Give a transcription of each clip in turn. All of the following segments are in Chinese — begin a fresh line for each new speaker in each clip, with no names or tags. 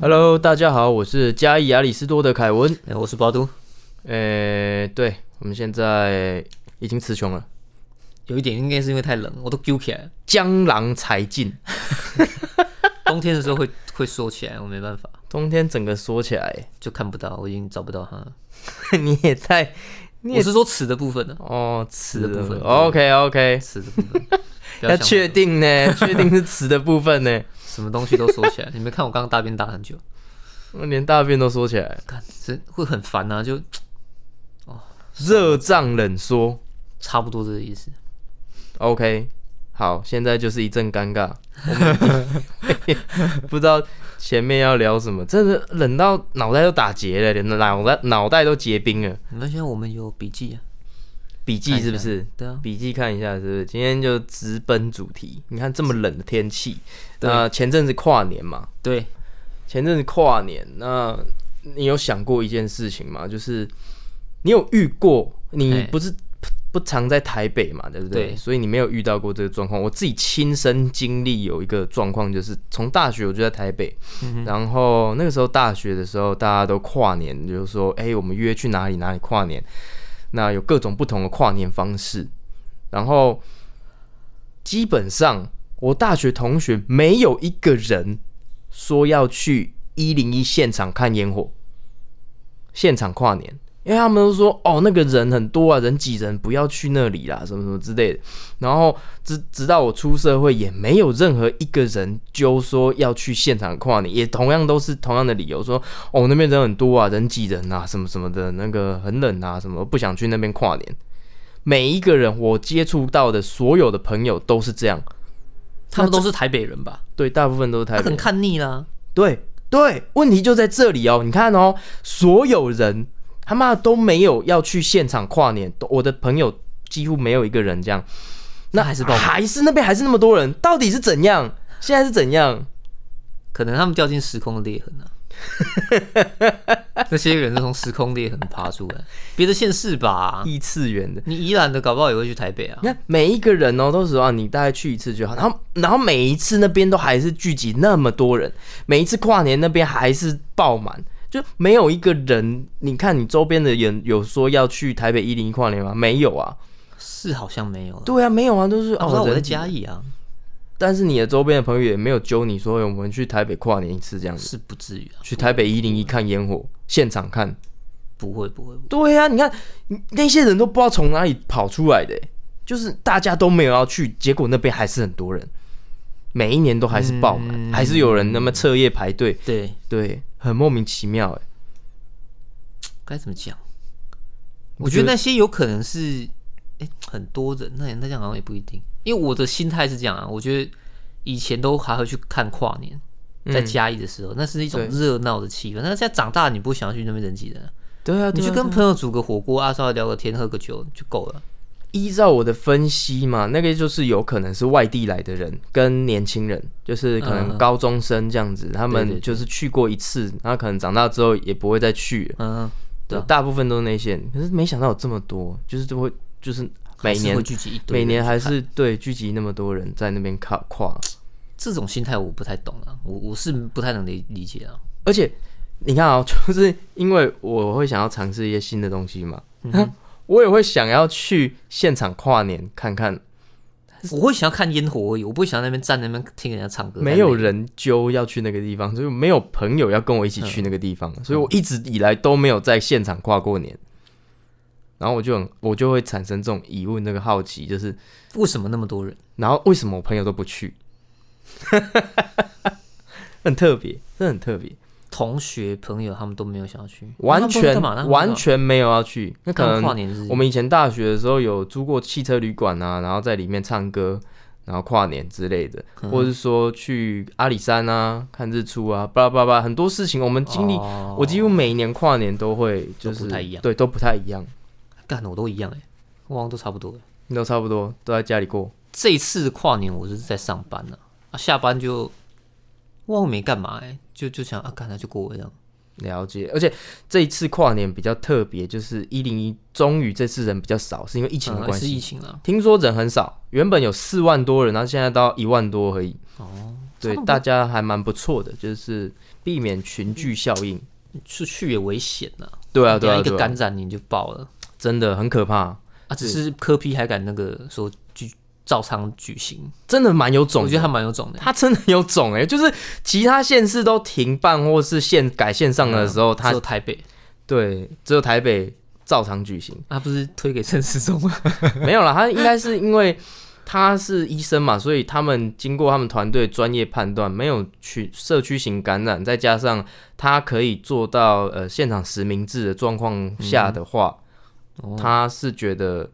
Hello，大家好，我是嘉义亚里士多德凯文。
哎我是包都，
诶、对，我们现在已经词穷了，
有一点应该是因为太冷，我都揪起来了。
江郎才尽，
冬天的时候会会缩起来，我没办法，
冬天整个缩起来，
就看不到，我已经找不到它了。
你也太
我是说齿的部分呢、
哦词
词的部分
OK OK，
齿的部 分。不
要
想
确定呢，确定是词的部分呢，
什么东西都缩起来，你没看我刚刚大便大很久，
我连大便都缩起来，
看这会很烦啊，就
热胀冷缩。
差不多这个意思。
OK，好，现在就是一阵尴尬，我们 不知道前面要聊什么，真的冷到脑袋都打结了，连脑袋脑袋都结冰了。
你们现在我们有笔记啊，
笔记是不是？
对啊，
笔记看一下是不是？今天就直奔主题。你看这么冷的天气，
对
那前阵子跨年嘛，
对，
前阵子跨年，那你有想过一件事情吗？就是你有遇过，你
嘿
不是不不常在台北嘛，对不对？
对
所以你没有遇到过这个状况。我自己亲身经历有一个状况，就是从大学我就在台北，然后那个时候大学的时候，大家都跨年，就是说，哎、我们约去哪里哪里跨年，那有各种不同的跨年方式，然后基本上我大学同学没有一个人说要去一零一现场看烟火，现场跨年，因为他们都说哦那个人很多啊，人挤人，不要去那里啦，什么什么之类的。然后直直到我出社会，也没有任何一个人就说要去现场跨年，也同样都是同样的理由说哦那边人很多啊，人挤人啊，什么什么的，那个很冷啊，什么不想去那边跨年。每一个人我接触到的所有的朋友都是这样，
他们都是台北人吧？
对，大部分都是台
他
北
可能
人。
看腻啦，
对对，问题就在这里哦。你看哦，所有人他妈都没有要去现场跨年，都我的朋友几乎没有一个人这样。那
还是爆满
还是那边还是那么多人，到底是怎样？现在是怎样？
可能他们掉进时空的裂痕啊。 这些人是从时空裂痕爬出来，别的县市吧？
异次元的。
你宜兰的搞不好也会去台北啊
你。看每一个人哦，都说啊，你大概去一次就好。然后，然后每一次那边都还是聚集那么多人，每一次跨年那边还是爆满，就没有一个人。你看你周边的人有说要去台北一零一跨年吗？没有啊。
是好像没有啊。
对啊，没有啊，都是
啊
哦，
我我在
人挤
嘉义啊，
但是你的周边的朋友也没有揪你说我们去台北跨年一次这样子，
是不至于啊，
去台北一零一看烟火，现场看。
不会不会，不会
对啊，你看你那些人都不知道从哪里跑出来的欸，就是大家都没有要去，结果那边还是很多人，每一年都还是爆满，还是有人那么彻夜排队，
对，
对，很莫名其妙哎。
该怎么讲？
你
我
觉
觉
得
得那些有可能是，哎、很多人，那那这样好像也不一定，因为我的心态是这样啊，我觉得以前都还会去看跨年，在嘉义的时候，那是一种
嗯对
热闹的气氛。那现在长大，你不想要去那边人挤人啊、
对啊，
你
对
去
啊
跟朋友煮个火锅啊，稍微聊个天，喝个酒就够了。
依照我的分析嘛，那个就是有可能是外地来的人跟年轻人，就是可能
嗯
高中生这样子，他
对
们
对
就是去过一次，然后可能长大之后也不会再去了。
嗯，对
对，
啊
大部分都是那些人，可是没想到有这么多，就是都会就是每
还是
年
会聚集一
每
堆人去看，
年还是对聚集那么多人在那边跨跨，
这种心态，我不太懂啊，我我是不太能理理解啊。
而且你看啊、 就是因为我会想要尝试一些新的东西嘛，
嗯
我也会想要去现场跨年看看
我会想要看烟火而已，我不会想在那边站那边听人家唱歌。
没有人揪要去那个地方，所以没有朋友要跟我一起
嗯
去那个地方，所以我一直以来都没有在现场跨过年。然后我就很，我就会产生这种疑问，那个好奇，就是，
为什么那么多人？
然后为什么我朋友都不去？ 很特别，这很特别，
同学朋友他们都没有想要去，
完
那他
全
们干嘛呢？
完全没有要去。那
那
可
可能跨
能
年日
我们以前大学的时候有租过汽车旅馆啊，然后在里面唱歌，然后跨年之类的，
嗯
或者是说去阿里山啊看日出啊，巴拉巴拉巴拉，很多事情我们经历
哦
我几乎每年跨年都会，就是
都不太一样
对，都不太一样，
干的我都一样哎、我好像都差不多欸。
都差不多都在家里过。
这一次跨年我就是在上班呢、啊，下班就忘了没干嘛哎、就就想啊，干那就过了这样。
了解，而且这一次跨年比较特别，就是一零一终于这次人比较少，是因为疫
疫
情的
也
嗯关
是疫
系。
情啊，
听说人很少，原本有四万多人，然后现在到一万多而已。
哦，
对
差不多
大家还蛮不错的，就是避免群聚效应。
出去也危险呐、啊，
对啊，对啊，
等嗯一下一个
对啊
感染你就爆了
真的很可怕，
啊！只是科批还敢那个说举照常举行，
真的蛮有种
我
的。
觉得还蛮有种的。
他真的有种哎、就是其他县市都停办或是线改线上的时候，
只
他
有台北，
对只有台北照常举行，
他不是推给陈世忠吗？
没有啦，他应该是因为他是医生嘛，所以他们经过他们团队专业判断，没有去社区型感染，再加上他可以做到呃现场实名制的状况下的话，
哦
他是觉得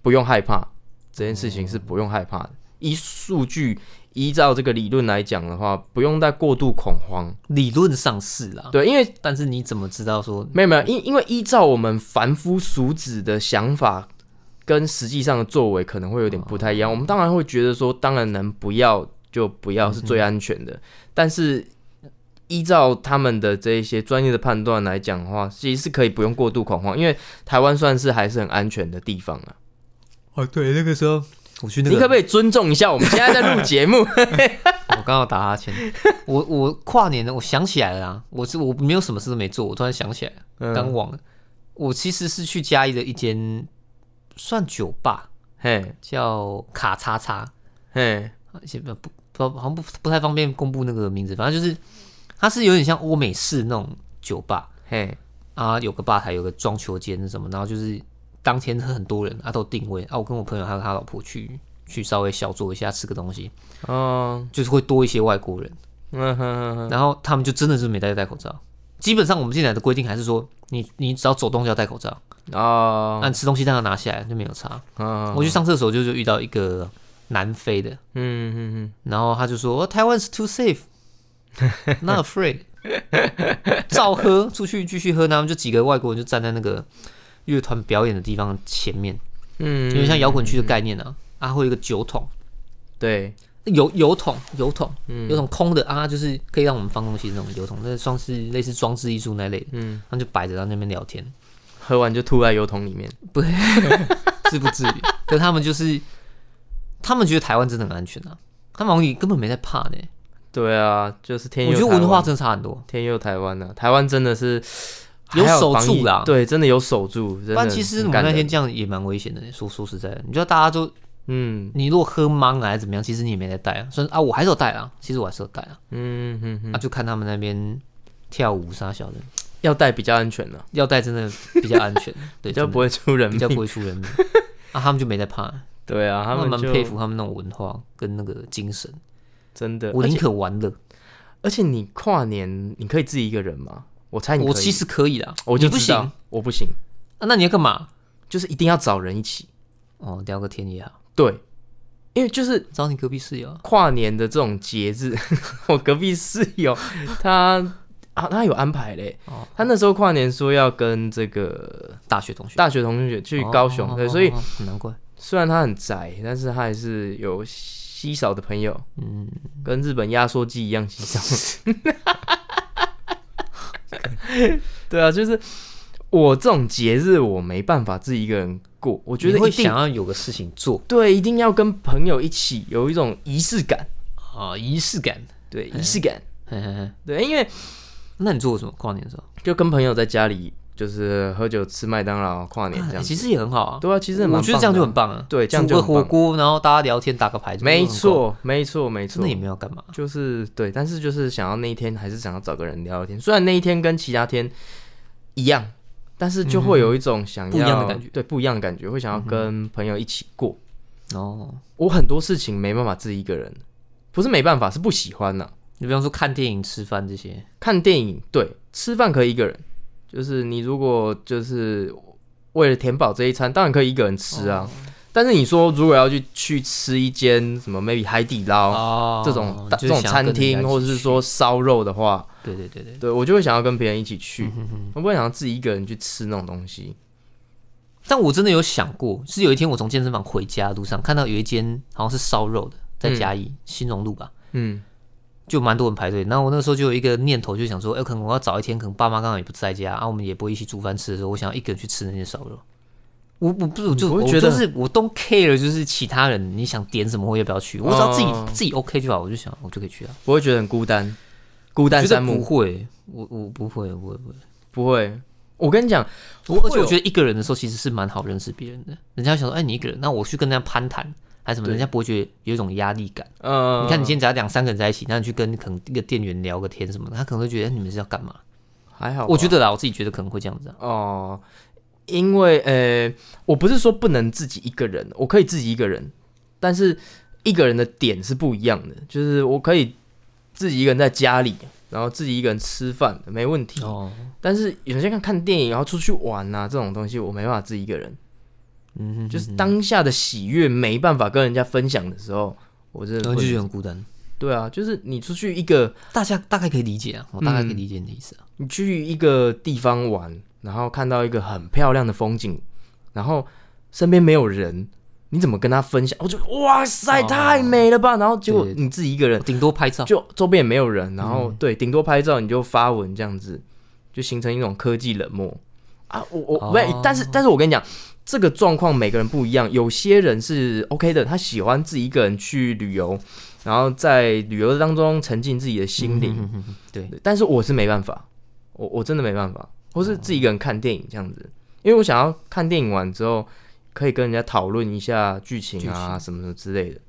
不用害怕这件事情是不用害怕的。依数据依照这个理论来讲的话，不用再过度恐慌。
理论上是啦，
对，因为
但是你怎么知道说
没有没有，因因为依照我们凡夫俗子的想法，跟实际上的作为可能会有点不太
哦
一样。我们当然会觉得说，当然能不要就不要是最安全的，
嗯
但是。依照他们的这一些专业的判断来讲的话，其实是可以不用过度恐慌，因为台湾算是还是很安全的地方啊。
哦，对，那个时候我去那
你可不
个，
可以尊重一下？我们现在在录节 目，
我刚好打哈欠。 我我跨年呢，我想起来了啦，我是我没有什么事都没做，我突然想起来了，刚
嗯，
忘了。我其实是去嘉义的一间算酒吧，
嘿，
叫卡叉叉，
嘿，
而且不不不好像不不太方便公布那个名字，反正就是它是有点像欧美式那种酒吧
嘿，
啊，有个吧台，有个装修间什么，然后就是当天很多人啊都定位啊，我跟我朋友还有他老婆去去稍微小酌一下，吃个东西，
哦，
就是会多一些外国人。
嗯哼哼哼，
然后他们就真的是没戴戴口罩。基本上我们进来的规定还是说，你你只要走动就要戴口罩，
哦，
啊那、吃东西当然拿下来就没有差。
嗯
我去上厕所就就遇到一个南非的，
嗯嗯
然后他就说、哦、台湾是 too safe，not afraid，照喝出去继续喝，然后就几个外国人就站在那个乐团表演的地方前面，
嗯，
因为像摇滚区的概念啊，啊会有一个酒桶，
对，
油油桶，油桶，
嗯
油桶空的啊，就是可以让我们放东西的那种油桶，那算是类似装置艺术那类的，嗯，然后就摆着，然后在那边聊天，
喝完就吐在油桶里面。
至不至于。可他们就是，他们觉得台湾真的很安全啊，他们好像也根本没在怕呢、
对啊，就是天
我
佑
觉
台
得
湾。
文化真的差很多，
天佑台湾呢、啊台湾真的是
有
还好
守
防疫
住啦
对，真的有守住。真的
不然其实我
很
们
感
那
人
天这样也蛮危险的、说说实在的，你知道大家都，
嗯
你如果喝懵了还是怎么样，其实你也没在带啊，虽然啊我还是有带啊，其实我还是有带啊，
嗯嗯嗯，
啊就看他们那边跳舞啥小的，
要戴比较安全了、
要带真的比较安 全，对，
比较
真的
不会出人
比较不
命。
会出人命。啊，他们就没在怕，
对 啊，他
我
们
蛮
就
佩服他们那种文化跟那个精神。
真的。
我
而
宁
且
可玩乐，
而且你跨年你可以自己一个人吗？我猜你
我
可以
其实可以啦，
我
你
就
不
知
行
道
啊，
我不行，
那你要干嘛？
就是一定要找人一起。
哦，聊个天也好，
对，因为就是
找你隔壁室友啊。
跨年的这种节日， 我隔壁室友他啊他有安排嘞
哦，
他那时候跨年说要跟这个
大学同学
大学同学去高雄，
哦
对，所以
哦哦哦难怪，
虽然他很宅，但是他还是有稀少的朋友，
嗯，
跟日本压缩机一样稀少。 对啊，就是我这种节日我没办法自己一个人过，我觉
你
得
会
一定
想要有个事情做
对，一定要跟朋友一起，有一种仪式感，
啊，仪式感。
对，仪式感，
嘿嘿嘿，
对，因为。
那你做过什么跨年的时候？
就跟朋友在家里就是喝酒吃麦当劳跨年这样
啊
子，
其实也很好啊。
对啊，其实蛮
我觉得这样就很
棒
棒啊。
对这样
煮
就
个
很棒
火锅，然后大家聊天，打个牌，
的，没
这样就很够，
错，没错，没错
真的，也没有干嘛。
就是对，但是就是想要那一天还是想要找个人聊聊天，虽然那一天跟其他天一样，但是就会有一种想要、
嗯不一样的感觉嗯
对，不一样的感觉，会想要跟朋友一起过。
哦，
我很多事情没办法自己一个人，不是没办法，是不喜欢呐、啊
你比方说看电影、吃饭这些，
看电影对，吃饭可以一个人，就是你如果就是为了填饱这一餐，当然可以一个人吃
哦
啊。但是你说如果要去去吃一间什么 maybe 海底捞、
哦
这种
你
大
就
这种
是想要
餐
跟人家
厅，或者
一
是
起去
说烧肉的话，
对对对对。
对我就会想要跟别人一起
嗯
去，我不会想要自己一个人去吃那种东西。
但我真的有想过，是有一天我从健身房回家的路上看到有一间好像是烧肉的，在嘉义、新荣路吧，
嗯，
就蛮多人排队。然后我那个时候就有一个念头，就想说，哎、可能我要早一天，可能爸妈刚好也不在家啊，我们也不会一起煮饭吃的时候，我想要一个人去吃那间烧肉。我我不是我就
你不会
我
觉得
就是我 don't care，就是其他人你想点什么或要不要去，我只要自己、
哦
自己 OK 就好，我就想我就可以去啊。
不会觉得很孤单，孤
我
单
觉得
山
不
姆
会，我我不会，哦我我
不会。哦我跟你讲，
我而且
会
我
有
觉得一个人的时候其实是蛮好认识别人的，人家会想说哎你一个人，那我去跟人家攀谈还是什么，
对
人家不会觉得有一种压力感。
呃，
你看你今天只要两三个人在一起，那你去跟可能一个店员聊个天什么的，他可能会觉得哎你们是要干嘛？
还好吧，
我觉得啦，我自己觉得可能会这样子啊。
哦、因为呃，我不是说不能自己一个人，我可以自己一个人，但是一个人的点是不一样的，就是我可以自己一个人在家里，然后自己一个人吃饭没问题，
哦，
但是有些看看电影，然后出去玩呐、这种东西，我没办法自己一个人，
嗯哼，
就是当下的喜悦没办法跟人家分享的时候，我真
然
的
后就觉
会
得很孤单。
对啊，就是你出去一个，
大家大概可以理解啊，我大概可以理解你的意思啊。
你去一个地方玩，然后看到一个很漂亮的风景，然后身边没有人，你怎么跟他分享？我就哇塞，
哦
太美了吧！然后结果
对嗯
你自己一个人，
顶多拍照，
就周边也没有人，然后、对，顶多拍照你就发文这样子，就形成一种科技冷漠啊！我我没、
哦
但是但是我跟你讲，这个状况每个人不一样，有些人是 OK 的，他喜欢自己一个人去旅游，然后在旅游当中沉浸自己的心灵。
嗯哼哼对，
但是我是没办法，我我真的没办法，或是自己一个人看电影这样子，因为我想要看电影完之后可以跟人家讨论一下剧情
剧
啊什么什么之类的。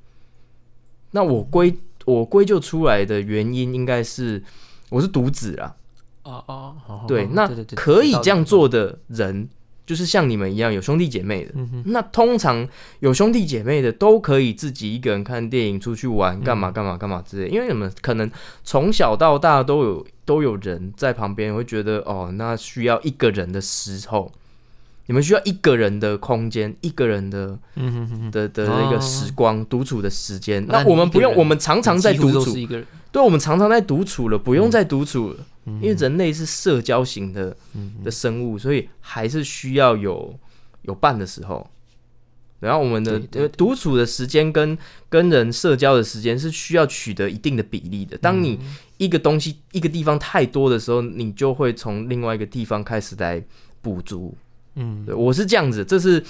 那我归我归咎出来的原因应该是我是独子啦，
哦哦
对，那可以这样，做的人。就是像你们一样有兄弟姐妹的，
嗯
那通常有兄弟姐妹的都可以自己一个人看电影、出去玩、干
嗯
嘛干嘛干嘛之类的因为你们可能从小到大都有都有人在旁边，会觉得哦，那需要一个人的时候，你们需要一个人的空间，一个人的
嗯哼哼哼，哦
的的一个时光、独处的时间。那
那你
我们不用
一个，人
我们常常在
几乎
独
都
处
是，一个人，
对，啊我们常常在独处了，不
嗯
用再独处了，因为人类是社交型的
嗯
的生物，所以还是需要有有伴的时候。然后我们的
对对
呃独处的时间跟跟人社交的时间是需要取得一定的比例的。当你
嗯
一个东西一个地方太多的时候，你就会从另外一个地方开始来补足。
嗯，
对，我是这样子，这是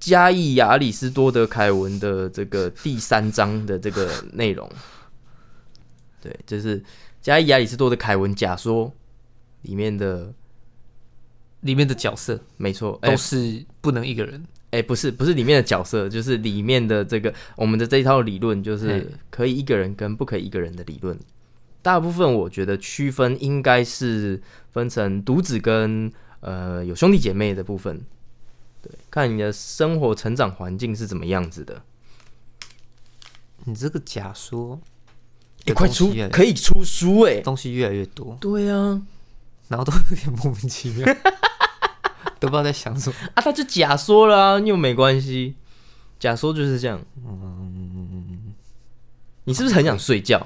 加义亚里士多德凯文的这个第三章的这个内容。对，就是加义亚里士多德凯文假说里面的，
里面的角色
没错，哎、
都是不能一个人，
哎、不是不是里面的角色，就是里面的这个我们的这一套理论，就
哎
是可以一个人跟不可以一个人的理论。大部分我觉得区分应该是分成独子跟呃有兄弟姐妹的部分，对，看你的生活成长环境是怎么样子的。
你这个假说
哎、
的
快
东西
出
越来，
可以出书哎、
东西越来越多，
对啊，
然后都有点莫名其 妙，都不知道在想什么。
啊，他就假说了啊，又没关系，假说就是这样。你是不是很想睡觉？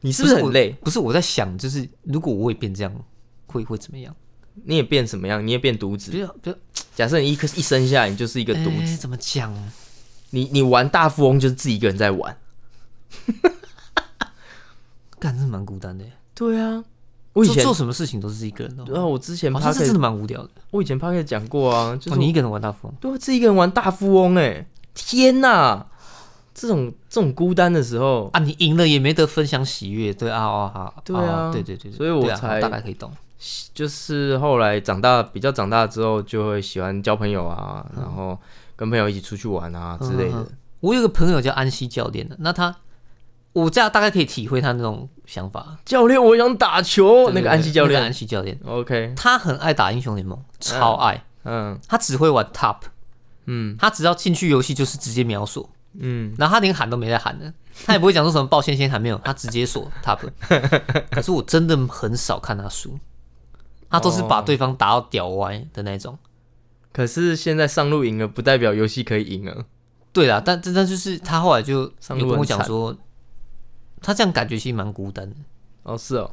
你是不是
我
很累？
不是我在想，就是如果我也变这样，会会怎么样？
你也变什么样？你也变独子
比？较比较
假设你一颗一生下来，你就是一个独
哎
子，
怎么讲？
你你玩大富翁就是自己一个人在玩。
干，真的蛮孤单的耶。
对啊，我以前
做做什么事情都是一个人的、
对啊，我之前
好
趴
像是真
克，
的蛮无聊的。
我以前趴克讲过啊，就
哦，
是
你
我
一个人玩大富翁，
对啊，自己一个人玩大富翁，哎，天哪！这种这种孤单的时候，
啊，你赢了也没得分享喜悦，对啊啊啊，
对啊
对对对，对
所以我
对啊
才
大概可以懂。
就是后来长大比较长大之后，就会喜欢交朋友啊，
嗯
然后跟朋友一起出去玩啊之类的。
我有个朋友叫安西教练的，那他我这样大概可以体会他那种想法。
教练，我想打球，哦
对
那
对
个安
对
西教
那个安
练
西教练，
，OK，
他很爱打英雄联盟，超爱，
嗯
他只会玩 top，
嗯
他只要进去游戏就是直接秒锁，
嗯，
然后他连喊都没在喊的，他也不会讲说什么抱歉先喊没有，他直接锁 top。可是我真的很少看他输，他都是把对方打到屌歪的那种。
可是现在上路赢了，不代表游戏可以赢啊。
对啦，但但但就是他后来就
上路
有跟我
很
讲
惨
说，他这样感觉其实蛮孤单的，
哦，是哦，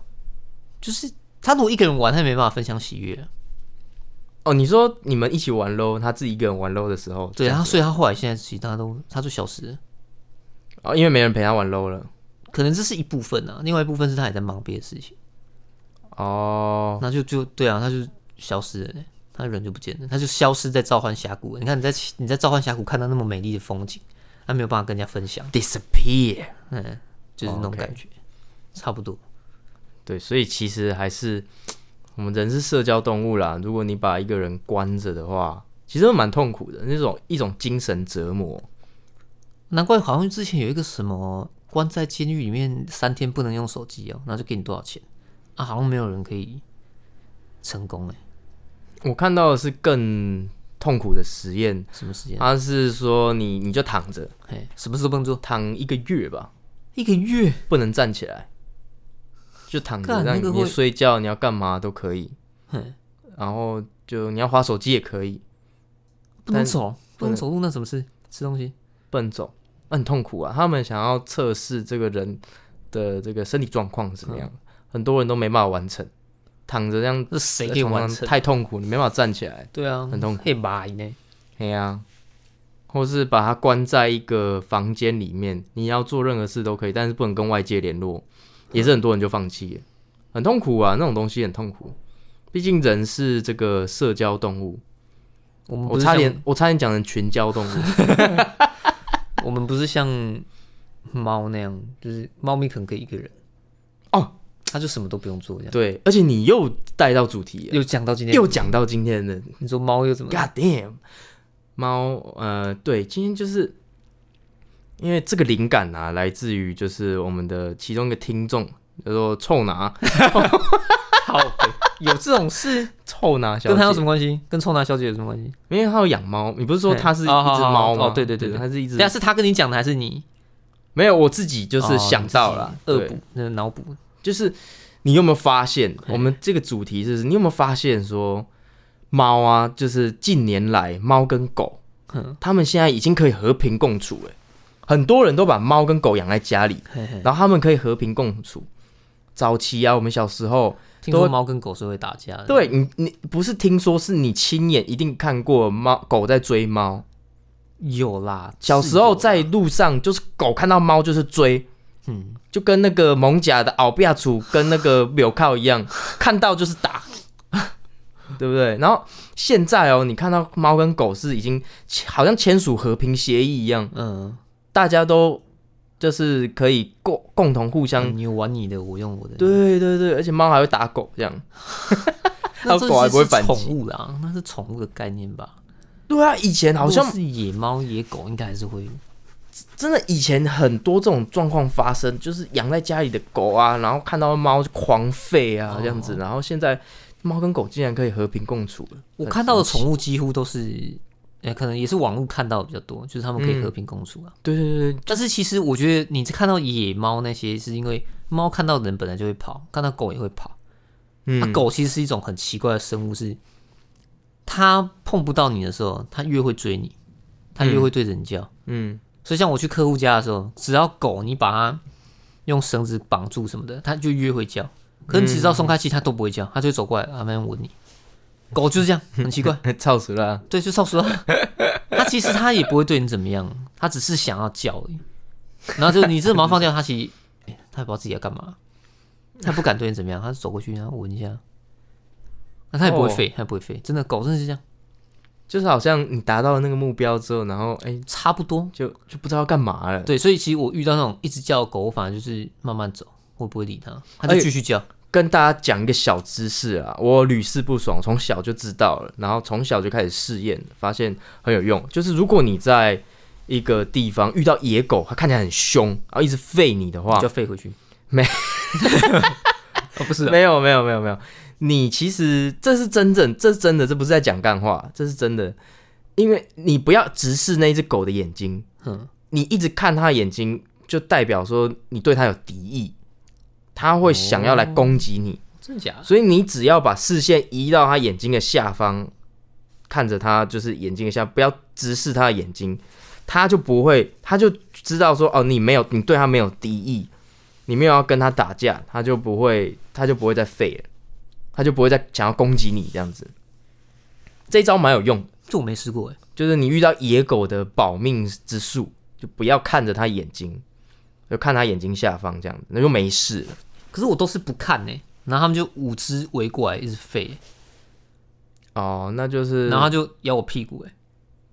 就是他如果一个人玩，他也没办法分享喜悦。
哦，你说你们一起玩 low，他自己一个人玩 low 的时候，这
对，啊
样
他
子
所以他后来现在其实大家都他就消失了，
哦，因为没人陪他玩 low 了。
可能这是一部分啊，另外一部分是他也在忙别的事情，
哦，
那就就对啊，他就消失了、欸。他人就不见了，他就消失在召唤峡谷了。你看你在你在召唤峡谷看到那么美丽的风景，他没有办法跟人家分享，
disappear。哦
嗯，就是那种
OK
感觉，差不多。
对，所以其实还是我们人是社交动物啦。如果你把一个人关着的话，其实会蛮痛苦的，那种一种精神折磨。
难怪好像之前有一个什么关在监狱里面三天不能用手机哦，那就给你多少钱啊？好像没有人可以成功哎，
我看到的是更痛苦的实验，
什么时间？
他是说你你就躺着
哎，什么事都不能做，
躺一个月吧，
一个月
不能站起来，就躺着，
干
让
那个
你
会
睡觉，你要干嘛都可以
嘿。
然后就你要划手机也可以，
不能
但
走，不能走路，那什么事？吃东西？
笨走，那很痛苦啊。他们想要测试这个人的这个身体状况是怎么样，
嗯
很多人都没办法完成，躺着这样
这谁
在
可以
床
完
上
成？
太痛苦，你没办法站起来。
对啊，
很痛苦
嘿蚂蚁呢？
嘿呀、或是把他关在一个房间里面，你要做任何事都可以，但是不能跟外界联络，也是很多人就放弃了，很痛苦啊，那种东西很痛苦。毕竟人是这个社交动物，
我们不
我
是
差
像
点我差点讲成群交动物，
我们不是像猫那样，就是猫咪可能可以一个人
哦，
它就什么都不用做这样。
对，而且你又带到主题了，
又讲到今天，
又讲到今天的
你说猫又怎么？
God damn，猫，呃，对，今天就是因为这个灵感啊，来自于就是我们的其中一个听众叫做臭 拿
靠北有这种事？
臭拿小姐，
跟它有什么关系？跟臭男小姐有什么关系？
因为他有养猫，你不是说
嘿
他是一只
哦好好
猫吗？
哦对对对对
他是一只
但。是他跟你讲的还是你
没有，我自己就是想到了
哦，你
恶
自己恶
补，
补，那脑补。
就是你有没有发现，
嘿
我们这个主题就是你有没有发现说，猫啊，就是近年来猫跟狗，
哼，
它们现在已经可以和平共处了。很多人都把猫跟狗养在家里，
嘿嘿，
然后他们可以和平共处。早期啊，我们小时候，
听说猫跟狗是会打架的，，
对你，你不是听说是你亲眼一定看过猫狗在追猫。
有啦。
小时候在路上，就是狗看到猫就是追，
是有，嗯，
就跟那个蒙甲的奥比亚楚跟那个纽靠一样，看到就是打， 对不对？然后现在哦，你看到猫跟狗是已经好像签署和平协议一样，
嗯，
大家都就是可以共共同互相。
嗯你玩你的，我用我的，，
对对对，而且猫还会打狗，这样。
那这
狗还不会
是
反击
宠物啦，那是宠物的概念吧？
对啊，以前好像
如果是野猫野狗，应该还是会
真的以前很多这种状况发生，就是养在家里的狗啊，然后看到猫就狂吠啊
哦
这样子，然后现在猫跟狗竟然可以和平共处了。
我看到的宠物几乎都是，呃，可能也是网络看到的比较多，就是他们可
嗯
以和平共处啊。
对对对
但是其实我觉得你看到野猫那些，是因为猫看到人本来就会跑，看到狗也会跑。
嗯，
那、狗其实是一种很奇怪的生物是，它碰不到你的时候，它越会追你，它越会对人叫。
嗯，
所以像我去客户家的时候，只要狗你把它用绳子绑住什么的，它就越会叫。可是你只
嗯
要松开气，它都不会叫，它就会走过来，它慢慢吻你。狗就是这样，很奇怪。
操死了啊。
对，就超 时候，他其实他也不会对你怎么样，他只是想要叫而已。然后就你这马上放掉，他其实、哎他也不知道自己要干嘛，他不敢对你怎么样，他走过去然后闻一下，那他也不会吠，他也不会吠，真的狗真的是这样，
就是好像你达到了那个目标之后，然后哎、
差不多。
就就不知道要干嘛了，
对，所以其实我遇到那种一直叫的狗，我反而就是慢慢走，我不会理它，它就继续叫。
跟大家讲一个小知识啊，我屡试不爽，从小就知道了，然后从小就开始试验，发现很有用。就是如果你在一个地方遇到野狗，它看起来很凶，然后一直吠你的话
你就，吠回去。
没
哦，不是 啊、
没有没有没有没有，你其实这是真正，这是真的，这不是在讲干话，这是真的，因为你不要直视那只狗的眼睛，
嗯，
你一直看它的眼睛，就代表说你对它有敌意，它会想要来
哦
攻击你。
真的假的？
所以你只要把视线移到他眼睛的下方，看着他就是眼睛的下，不要直视他的眼睛，他就不会，他就知道说哦，你没有，你对他没有敌意，你没有要跟他打架，他就不会，他就不会再废了，他就不会再想要攻击你这样子。这一招蛮有用的，
这我没试过哎、
就是你遇到野狗的保命之术，就不要看着它眼睛，就看它眼睛下方这样子，那就没事了。
可是我都是不看哎、然后他们就五只围过来一直吠、
哦，那就是，
然后他就咬我屁股、欸，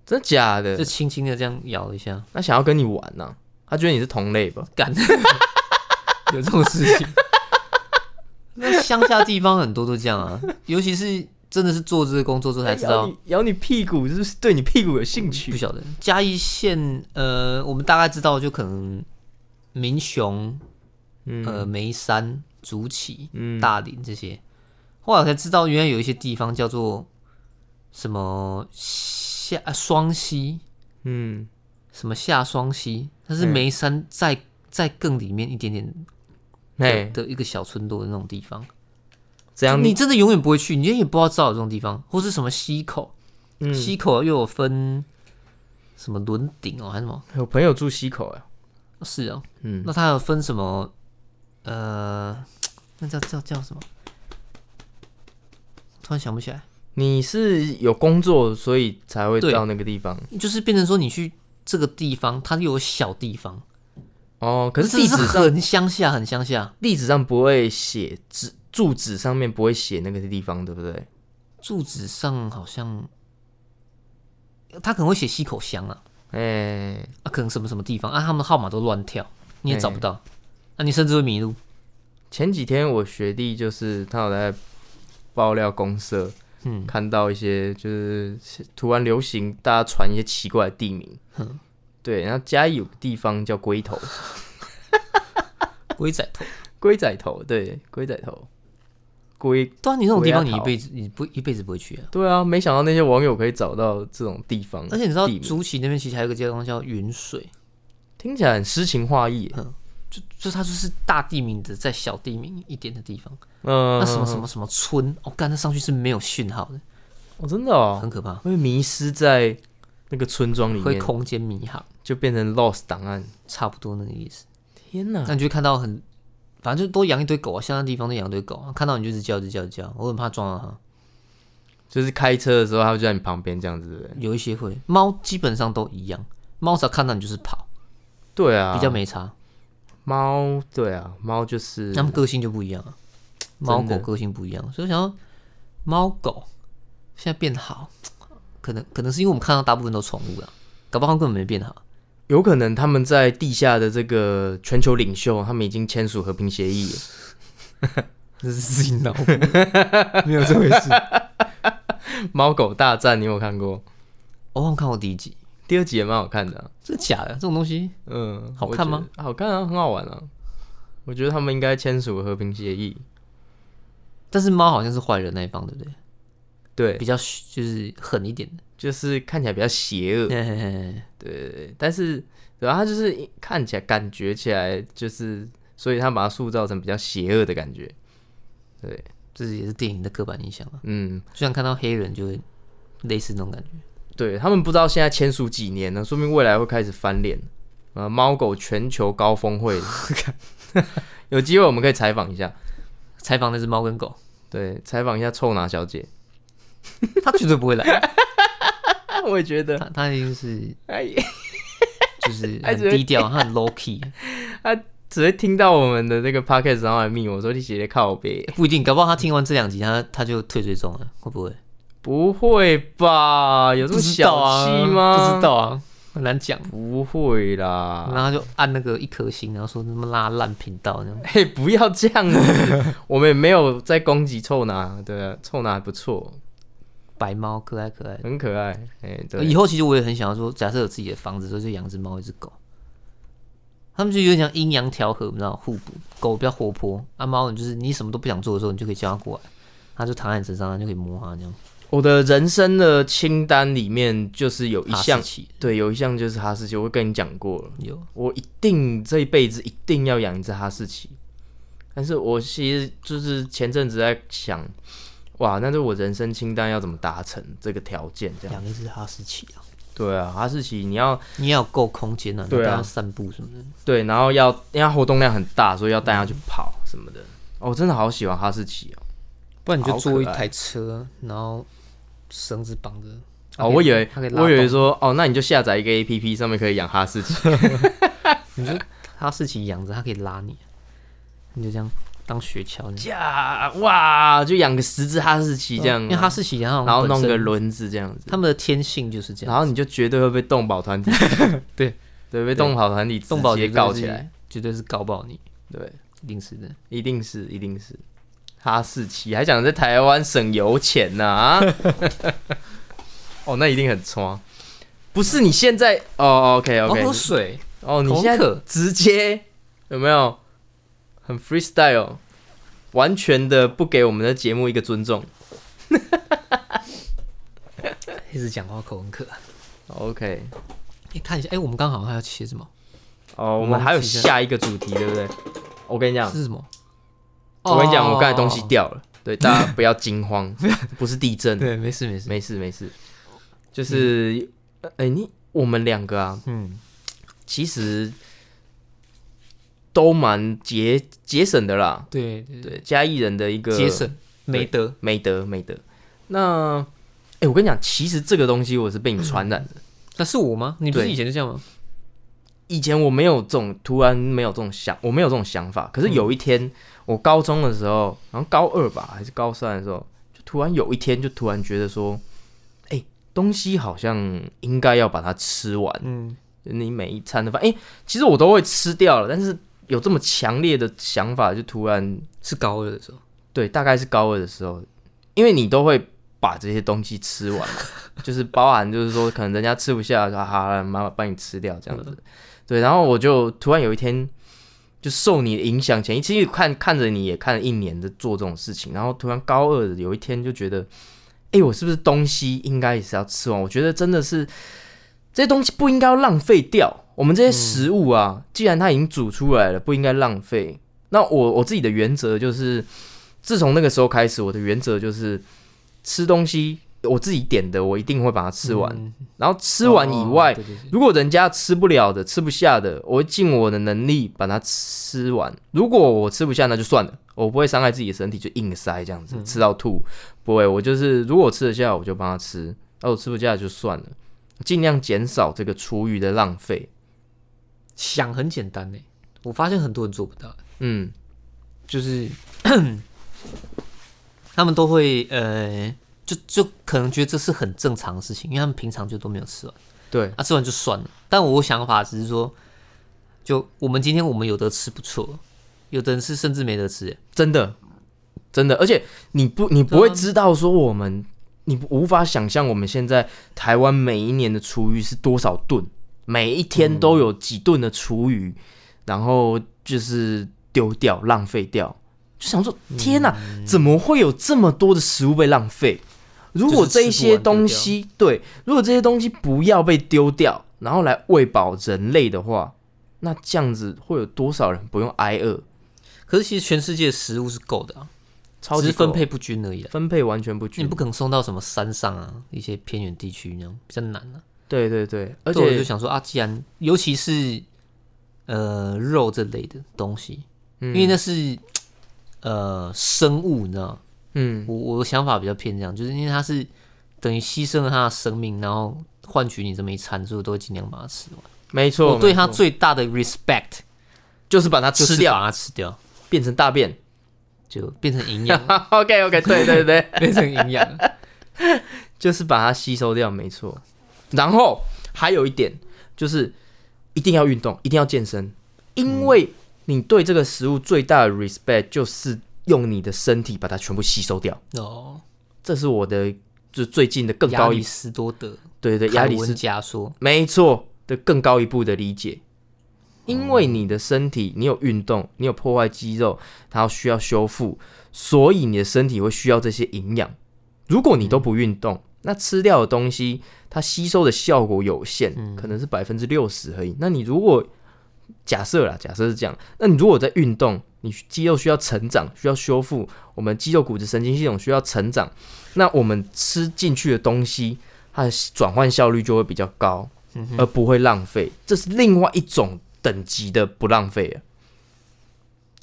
真假
哎，
的
就？轻轻的这样咬一下，
那想要跟你玩呢、他觉得你是同类吧？
干， 有这种事情。那乡下地方很多都这样啊，尤其是真的是做这个工作之后才知
咬
道，
你咬你屁股，是不是对你屁股有兴
不
趣？
晓得嘉义县，呃，我们大概知道就可能民雄、
嗯
呃眉山、竹崎、
嗯，
大林这些，后来我才知道原来有一些地方叫做什么下啊双溪，
嗯，
什么下双溪，它是
嗯
眉山在在更里面一点点
哎，
的一个小村落的那种地方。
这样
你真的永远不会去，你也不知道知道有这种地方，或是什么溪口，
嗯，
溪口又有分什么轮顶哦，还是什么？
有朋友住溪口啊，
是哦，
嗯，
那它还有分什么？呃，那叫叫叫什么？突然想不起来，
你是有工作，所以才会
对
到那个地方
就是变成说你去这个地方，它又有小地方，
哦。可是地
真的
址
是
上，
很乡下，很乡下。
地址上不会写址，住址上面不会写那个地方，对不对？
住址上好像，他可能会写溪口乡啊，
哎、
啊，可能什么什么地方啊，他们号码都乱跳，你也
哎
找不到，那、你甚至会迷路。
前几天我学弟就是他有在爆料公社，
嗯
看到一些就是突然流行大家传一些奇怪的地名，
嗯
对，然后嘉义有个地方叫龟头，
龟仔头，
龟仔头，对，龟仔头，龟，
对啊，你那种地方
龟
你
仔
一
头
辈子你不一辈子不会去啊。
对啊，没想到那些网友可以找到这种地方，
而且你知道
地名
竹崎那边其实还有一个地方叫云水，
听起来很诗情画意耶，
嗯就就它就是大地名的在小地名一点的地方，
嗯，
那什么什么什么村，哦，干，那上去是没有讯号的，
哦，真的哦，
很可怕，
会迷失在那个村庄里
会
面，
空间迷航，
就变成 lost 档案，
差不多那个意思。
天哪
那，你就会看到很，反正就多养一堆狗啊，像那地方都养一堆狗啊，看到你就一直叫，一直叫，一直叫。我很怕撞啊到它，
就是开车的时候，他会就在你旁边这样子，对不对？
有一些会。猫基本上都一样，猫只要看到你就是跑，
对啊，
比较没差。
猫，对啊，猫就是
它们个性就不一样啊，猫
真
狗
的
个性不一样，所以我想要猫狗现在变好，可能可能是因为我们看到大部分都宠物了，搞不好它们根本没变好。
有可能他们在地下的这个全球领袖，他们已经签署和平协 议了。
这是自己脑补， 没有这回事。
猫狗大战你有没有看过？
我忘了看过第一集，
第二集也蛮好看的啊、
真的假的？这种东西
嗯，
好看吗
我觉得？好看啊，很好玩啊。我觉得他们应该签署和平协议。
但是猫好像是坏人那一方，对不对？
对
比，较就是狠一点的。
就是看起来比较邪恶，
嘿嘿嘿嘿
对，但是对啊，他就是看起来感觉起来就是，所以他把它塑造成比较邪恶的感觉。对，
这也是电影的刻板印象啊。
嗯，
就像看到黑人就会类似那种感觉，
对他们不知道现在签署几年呢，说明未来会开始翻脸。呃，猫狗全球高峰会， 有机会我们可以采访一下，
采访那只猫跟狗，
对，采访一下臭拿小姐。
它绝对不会来，
啊，我也觉得，
它它一定是
哎，
就是
它
很
只会
低调，它很 low key，
只会听到我们的这个 podcast，然后来密我说你写的靠背，
不一定，搞不好它听完这两集，它它就退追踪了，会不会？
不会吧？有这
不
么
知道
小
啊
气吗？
不知道啊，很难讲。
不会啦
然，后它就按那个一颗星，然后说他妈拉烂频道那样，
嘿，哎不要这样子， 我们也没有在攻击臭拿，对啊，臭拿还不错，
白猫可爱可爱的。
很可爱，哎、
呃以
对，
后其实我也很想要说，假设有自己的房子，所以就养只猫一只狗，他们就有点像阴阳调和，你知道互补。狗比较活泼，啊猫你就是你什么都不想做的时候，你就可以叫它过来，它就躺在你身上，它就可以摸它这样。
我的人生的清单里面就是有一
哈士
项，
奇
对，有一项就是哈士奇，我会跟你讲过了，
有，
我一定这一辈子一定要养一只哈士奇，但是我其实就是前阵子在想，哇，那是我人生清单要怎么达成这个条件？这样，
养一只哈士奇啊，
对啊，哈士奇你要
你也要有够空间啊，你要
对啊
带它散步什么的。
对，然后要因为它活动量很大，所以要带它去跑什么的。哦，我真的好喜欢哈士奇哦。
不然你就
好可
做一
爱
台车，然后绳子绑着。它
哦，
可以
我以为
它可以拉
我以为
动
说，哦，那你就下载一个 A P P，上面可以养哈士奇。
哈士奇养着，它可以拉你，你就这样当雪橇这样，
呀哇，就养个十只哈士奇这样，
因为哈士奇嗯然后
然后弄个轮子这样子，
他们的天性就是这
然
样，
后你就绝对会被动保团体，
对
对，被动保团体
动保
直
局
接告起来，，
绝对是告爆你，
对，
一定是的。
一定是一定是哈士奇，还想在台湾省油钱呢 啊！哦，那一定很冲，不是你现在哦，OK
哦，
OK，
喝水，
哦，你现在
口渴
直接有没有很 freestyle，完全的不给我们的节目一个尊重。
一直讲话口很渴。
OK，
你看一下，哎，我们刚好还要切什么？
哦，我
我
们
们
还有
自己
下一个主题，对不对？我跟你讲，
是什么？
啊我跟你讲，我刚才
哦
东西。掉了，对大家不要惊慌， 不是地震，
对，没事没事。
没事没事，就是呃哎、你我们两个啊，
嗯，
其实都蛮节节省的啦，
对对对，
对嘉义人的一个
节省美德。
美德美德。那哎、我跟你讲，其实这个东西我是被你传染的。
那是我吗？你不是
对
以前就这样吗？
以前我没有这种，突然没有这种想，我没有这种想法。可是有一天，我高中的时候，然后高二吧，还是高三的时候，就突然有一天，就突然觉得说，哎、东西好像应该要把它吃完。
嗯，
你每一餐的饭，哎、其实我都会吃掉了，但是有这么强烈的想法，就突然
是高二的时候。
对，大概是高二的时候，因为你都会把这些东西吃完嘛，就是包含就是说，可能人家吃不下，说好了，妈妈帮你吃掉这样子。对，然后我就突然有一天，就受你的影响前，其实看看着你也看了一年的做这种事情，然后突然高二的有一天就觉得，哎、我是不是东西应该也是要吃完？我觉得真的是这些东西不应该要浪费掉。我们这些
嗯
食物啊，既然它已经煮出来了，不应该浪费。那我我自己的原则就是，自从那个时候开始，我的原则就是吃东西，我自己点的，我一定会把它吃完。
嗯
然后吃完以外，
哦对对对
如果人家吃不了的、吃不下的，我会尽我的能力把它吃完。如果我吃不下，那就算了，我不会伤害自己的身体，就硬塞这样子，吃到吐。不会，我就是如果我吃得下，我就帮他吃；那我吃不下就算了，尽量减少这个厨余的浪费。
想很简单呢，我发现很多人做不到，
嗯，
就是 他们都会呃，就就可能觉得这是很正常的事情，因为他们平常就都没有吃完，
对，
啊，吃完就算了。但我想法只是说，就我们今天我们有的吃不错，有的人是甚至没得吃耶，
真的，真的，而且你不，你
嗯
不会知道说我们，你不无法想象我们现在台湾每一年的厨余是多少吨，每一天都有几吨的厨余，然后就是丢掉、浪费掉，就想说
嗯
天哪、怎么会有这么多的食物被浪费？如果这一些东西，对，如果这些东西不要被丢掉，然后来喂饱人类的话，那这样子会有多少人不用挨饿？
可是其实全世界的食物是够的、啊，
超
只
级
是分
够
配不均而已啦。
分配完全不
你
均
不。可能送到什么山上啊，一些偏远地区那样比较难啊。
对对对，而
对，我就
且
想说啊，既然尤其是呃肉这类的东西，
嗯
因为那是呃生物，你知道吗，
嗯，
我我的想法比较偏这样，就是因为它是等于牺牲了它的生命，然后换取你这么一餐，所以我都会尽量把它吃完。
没错，
我对它
没错
最大的 respect
就是把它
就是
吃掉，
把它吃掉，
变成大 便。，
就变成营养
OK OK，对对对，
变成营养。
就是把它吸收掉，没错。然后还有一点就是一定要运动，一定要健身，因为你对这个食物最大的 respect 就是用你的身体把它全部吸收掉。
哦，
这是我的就最近的更
亚
高
里
一，
士多德、
对对，压力
凯
是
文加说，
没错的更高一步的理解，因为你的身体，你有运动，你有破坏肌肉，它需要修复，所以你的身体会需要这些营养。如果你都不运动，那吃掉的东西它吸收的效果有限，可能是百分之六十而已。那你如果假设啦，假设是这样，那你如果在运动，你肌肉需要成长，需要修复，我们肌肉、骨质、神经系统需要成长，那我们吃进去的东西，它的转换效率就会比较高，
嗯
而不会浪费。这是另外一种等级的不浪费了。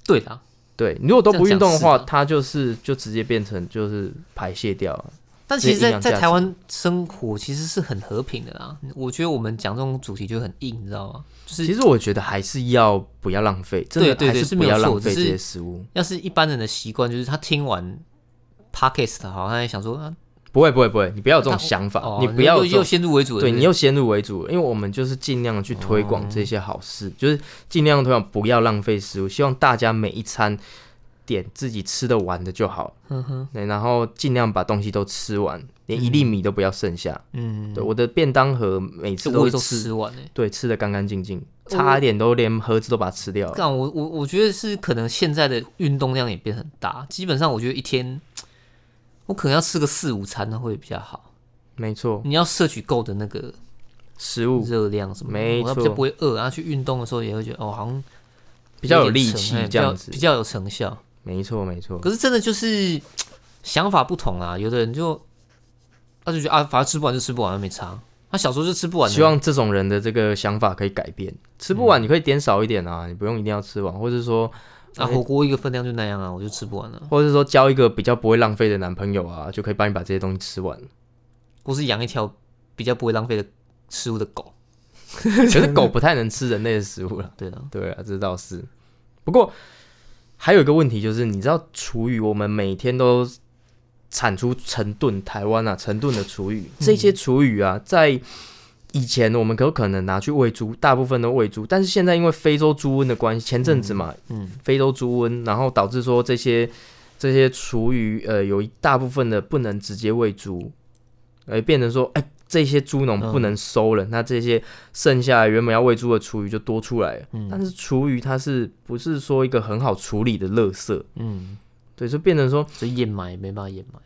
对啦，
对，你如果都不运动的
这样
话，
讲是啊
它就是就直接变成就是排泄掉了。
但其实
这些
在，
阴
在
阳价值
台湾生活其实是很和平的啦。我觉得我们讲这种主题就很硬，你知道吗？就是
其实我觉得还是要不要浪费，真
对
的
对
还
对是
不
没有
要
错
浪费
只
这
是
些食物。
要是一般人的习惯，就是他听完 podcast 好像在想说啊，
不会不会不会，你不要有这种
他
想法
哦，
你不要有
又
这
又
种
先入为主了
对
是不
你
是
又先入为主，因为我们就是尽量去推广这些好事，
哦
就是尽量推广不要浪费食物，希望大家每一餐点自己吃得完的就好，
哼嗯哼
对，然后尽量把东西都吃完，连一粒米都不要剩下。
嗯，
对，我的便当盒每次
这我
都
也都
吃，
吃完了。欸。
对，吃的干干净净，差一点都连盒子都把它吃掉了。
干我我我觉得是可能现在的运动量也变很大，基本上我觉得一天我可能要吃个四五餐会比较好。
没错，
你要摄取够的那个
食物
热量什么的，
没
我
错
就不会饿。然后去运动的时候也会觉得哦，好像
比较有
点
力
成
气
哎
这样子
比较比，较有成效。
没错没错。
可是真的就是想法不同啊，有的人就他就觉得啊，反正吃不完就吃不完，没差。他小时候就吃不完的，
希望这种人的这个想法可以改变。吃不完
嗯
你可以点少一点啊，你不用一定要吃完，或者说，
啊火锅一个分量就那样啊，我就吃不完了。
或者说交一个比较不会浪费的男朋友啊，就可以帮你把这些东西吃完。
或是养一条比较不会浪费的食物的狗，
可是狗不太能吃人类的食物了。
对啊，
对啊，这倒是。不过还有一个问题就是，你知道厨余我们每天都产出成吨，台湾啊成吨的厨
嗯
余，这些厨余啊，在以前我们可可能拿去喂猪，大部分都喂猪，但是现在因为非洲猪瘟的关系，前阵子嘛，
嗯
非洲猪瘟，然后导致说这些这些厨余，呃，有一大部分的不能直接喂猪，而变成说，哎、这些猪农
嗯
不能收了，那这些剩下来原本要喂猪的厨余就多出来了。
嗯
但是厨余它是不是说一个很好处理的垃圾？
嗯，
对，就变成说，
所以掩埋也没办法掩埋，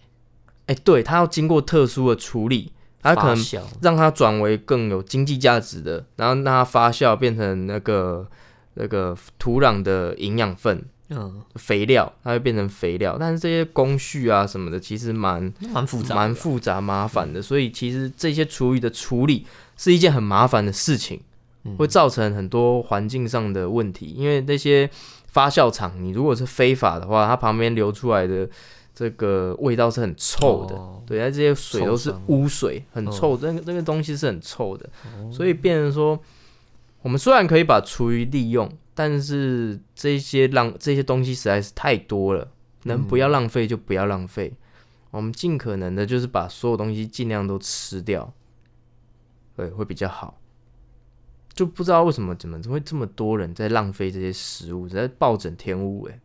哎、对，它要经过特殊的处理，它可
发
能
酵
让它转为更有经济价值的，然后让它发酵变成那个那个土壤的营养分。
嗯，
肥料，它会变成肥料。但是这些工序啊什么的，其实蛮
蛮复杂的，
蛮复杂麻烦的，所以其实这些厨余的处理是一件很麻烦的事情，
嗯
会造成很多环境上的问题。因为那些发酵厂，你如果是非法的话，它旁边流出来的这个味道是很臭的。
哦
对，它这些水都是
臭嗯酸
污水，很臭，那个那个东西是很臭的，
哦
所以变成说，我们虽然可以把厨余利用，但是这些浪这些东西实在是太多了，能不
嗯
要浪费就不要浪费，我们尽可能的就是把所有东西尽量都吃掉，对，会比较好。就不知道为什么怎么会这么多人在浪费这些食物，在暴殄天物、欸，哎，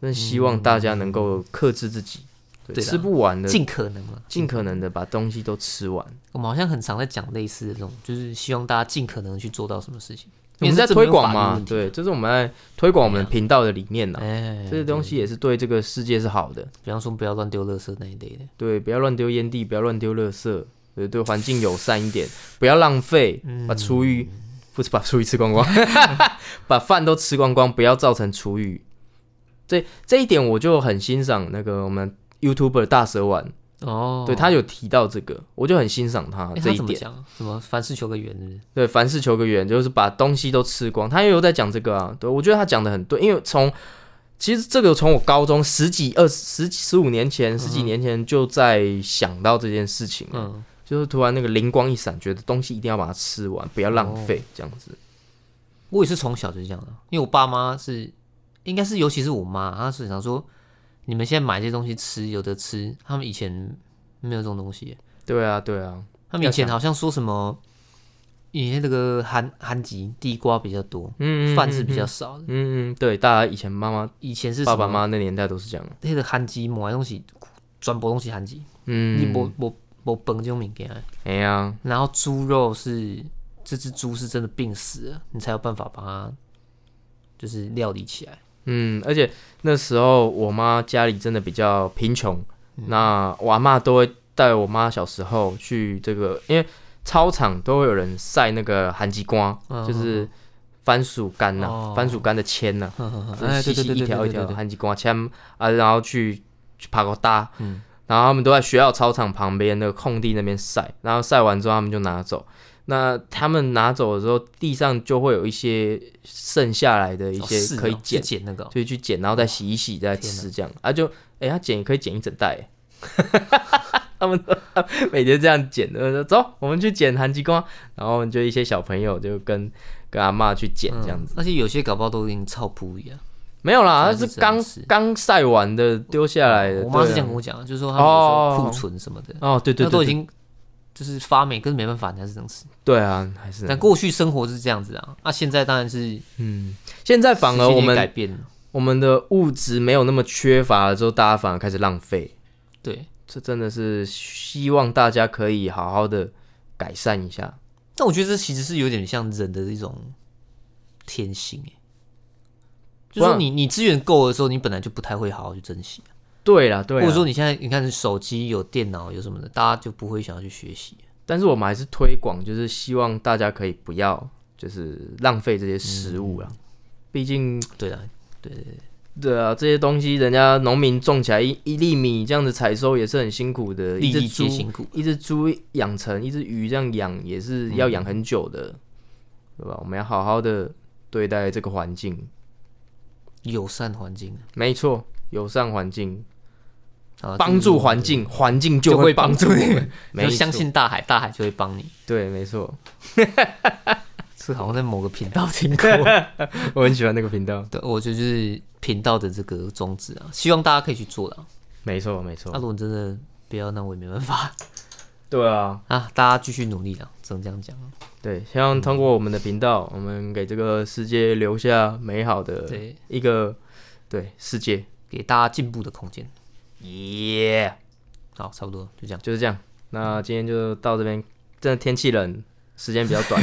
真希望大家能够克制自己，对，
对啦
吃不完的
尽可能嘛，
尽可能的把东西都吃完。
我们好像很常在讲类似的这种，就是希望大家尽可能去做到什么事情。
我们在推广嘛，
因为这没有法律问题，啊
对，这是我们在推广我们频道的理念呐。
哎，
这些东西也是对这个世界是好的，
比方说不要乱丢垃圾那一类的，
对，不要乱丢烟蒂，不要乱丢垃圾，对，对环境友善一点，不要浪费，
嗯
把厨余不是把厨余吃光 光，把饭都吃光光，不要造成厨余。这这一点我就很欣赏那个我们 YouTuber 大蛇丸，
哦，
对他有提到这个，我就很欣赏他
哎
这
他
一
怎么
点。
讲？什么凡事求个圆是不是？
对，凡事求个圆，就是把东西都吃光。他也有在讲这个啊，对我觉得他讲的很对，因为从其实这个从我高中十几、二十、十五年前、十几年前就在想到这件事情了，
嗯，
就是突然那个灵光一闪，觉得东西一定要把它吃完，不要
哦
浪费，这样子。
我也是从小就是这样的，啊因为我爸妈是，应该是尤其是我妈，她是想说，你们现在买这些东西吃，有的吃，他们以前没有这种东西耶，
对啊，对啊，
他们以前好像说什么，以前那个韩韩籍地瓜比较多，
嗯，
饭是比较
嗯
少的，
嗯嗯，对，大家以前妈妈、
以前是
爸爸
什么
妈妈那年代都是这样，
那个韩籍买东西，转播东西韩籍，你
嗯，
无无无饭这种物件的。
哎呀，
然后猪肉是这只猪是真的病死了，你才有办法把它就是料理起来。
嗯，而且那时候我妈家里真的比较贫穷，
嗯
那我阿妈都会带我妈小时候去这个，因为操场都会有人晒那个寒极瓜，
嗯
就是番薯干呐、
哦
番薯干的签呐、就是
哎，
细
对对
细
对
一
对
条
对
一条
对对，
韩吉瓜签啊，然后去去爬个搭，
嗯
然后他们都在学校操场旁边那个空地那边晒，然后晒完之后他们就拿走。那他们拿走的时候，地上就会有一些剩下来的一
哦
些
是
可以
哦
捡
是捡那个哦，
就去捡，然后再洗一洗，再吃这样啊就，哎，他捡也可以捡一整袋， 他们说他们 每天这样捡，他们说走，我们去捡韩极光，然后就一些小朋友就跟跟阿嬷去捡这样子，
而且有些搞不好都已经超扑一样。
没有啦，那
反正
是
是这样
刚
吃
刚晒完的丢下来的，
我妈
对
是这
啊
样跟我讲的，就是说他们有
哦
说库存什么的，
哦，对对
那
对，
都已
对
经就是发霉，可是没办法，人家是这样吃。
对啊，还是
但过去生活是这样子啊，那现在当然是
嗯，现在反而
时间
我
也改
们
变了，
我们的物质没有那么缺乏了之后，大家反而开始浪费，
对。
这真的是希望大家可以好好的改善一下。
但我觉得这其实是有点像人的一种天性，哎，
不
就是
然
说你你资源够的时候，你本来就不太会好好去珍惜，啊
对啦，对啊
或者
啦，
说你现在你看手机有电脑有什么的，大家就不会想要去学习。啊
但是我们还是推广，就是希望大家可以不要就是浪费这些食物
嗯
啦。毕竟，
对啊啦，
对啊，这些东西人家农民种起来一一粒米这样子采收也是很辛苦的，
粒
一只
粒皆
猪
辛苦。
一只猪养成，一只鱼这样养也是要养很久的，对吧？我们要好好的对待这个环境，
友善环境
没错，友善环境，
啊，
帮助环境，环境就
会
会
帮
帮
助
助
你
我
们
们，
就
没
相
错，
信大海，大海就会帮你。
对，没错，
是好像在某个频道 听过，
我很喜欢那个频道，
对，我觉得就是频道的这个宗旨啊，希望大家可以去做啦。
没错，没
那、
错，
如果你真的不要，那我也没办法
对啊，
啊，大家继续努力啦，只能这样讲啊。
对，希望通过我们的频道，我们给这个世界留下美好的
对，
一个对世界，
给大家进步的空间。
耶、
好，差不多就这 样。
就是这样。那今天就到这边，真的天气冷，时间比较 短。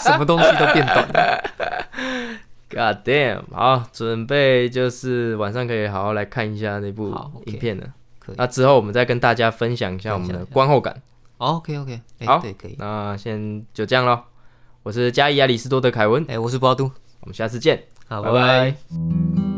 什么东西都变短了，
God damn！好，准备就是晚上可以好好来看一下那部
好，OK
影片了。
可以。
那之后我们再跟大家分享一下我们的观后感。
OK OK，哎、
好
对，可以。
那先就这样咯。我是加伊亚里斯多的凯文，
哎、我是包都，
我们下次见，
好，
拜
拜拜
拜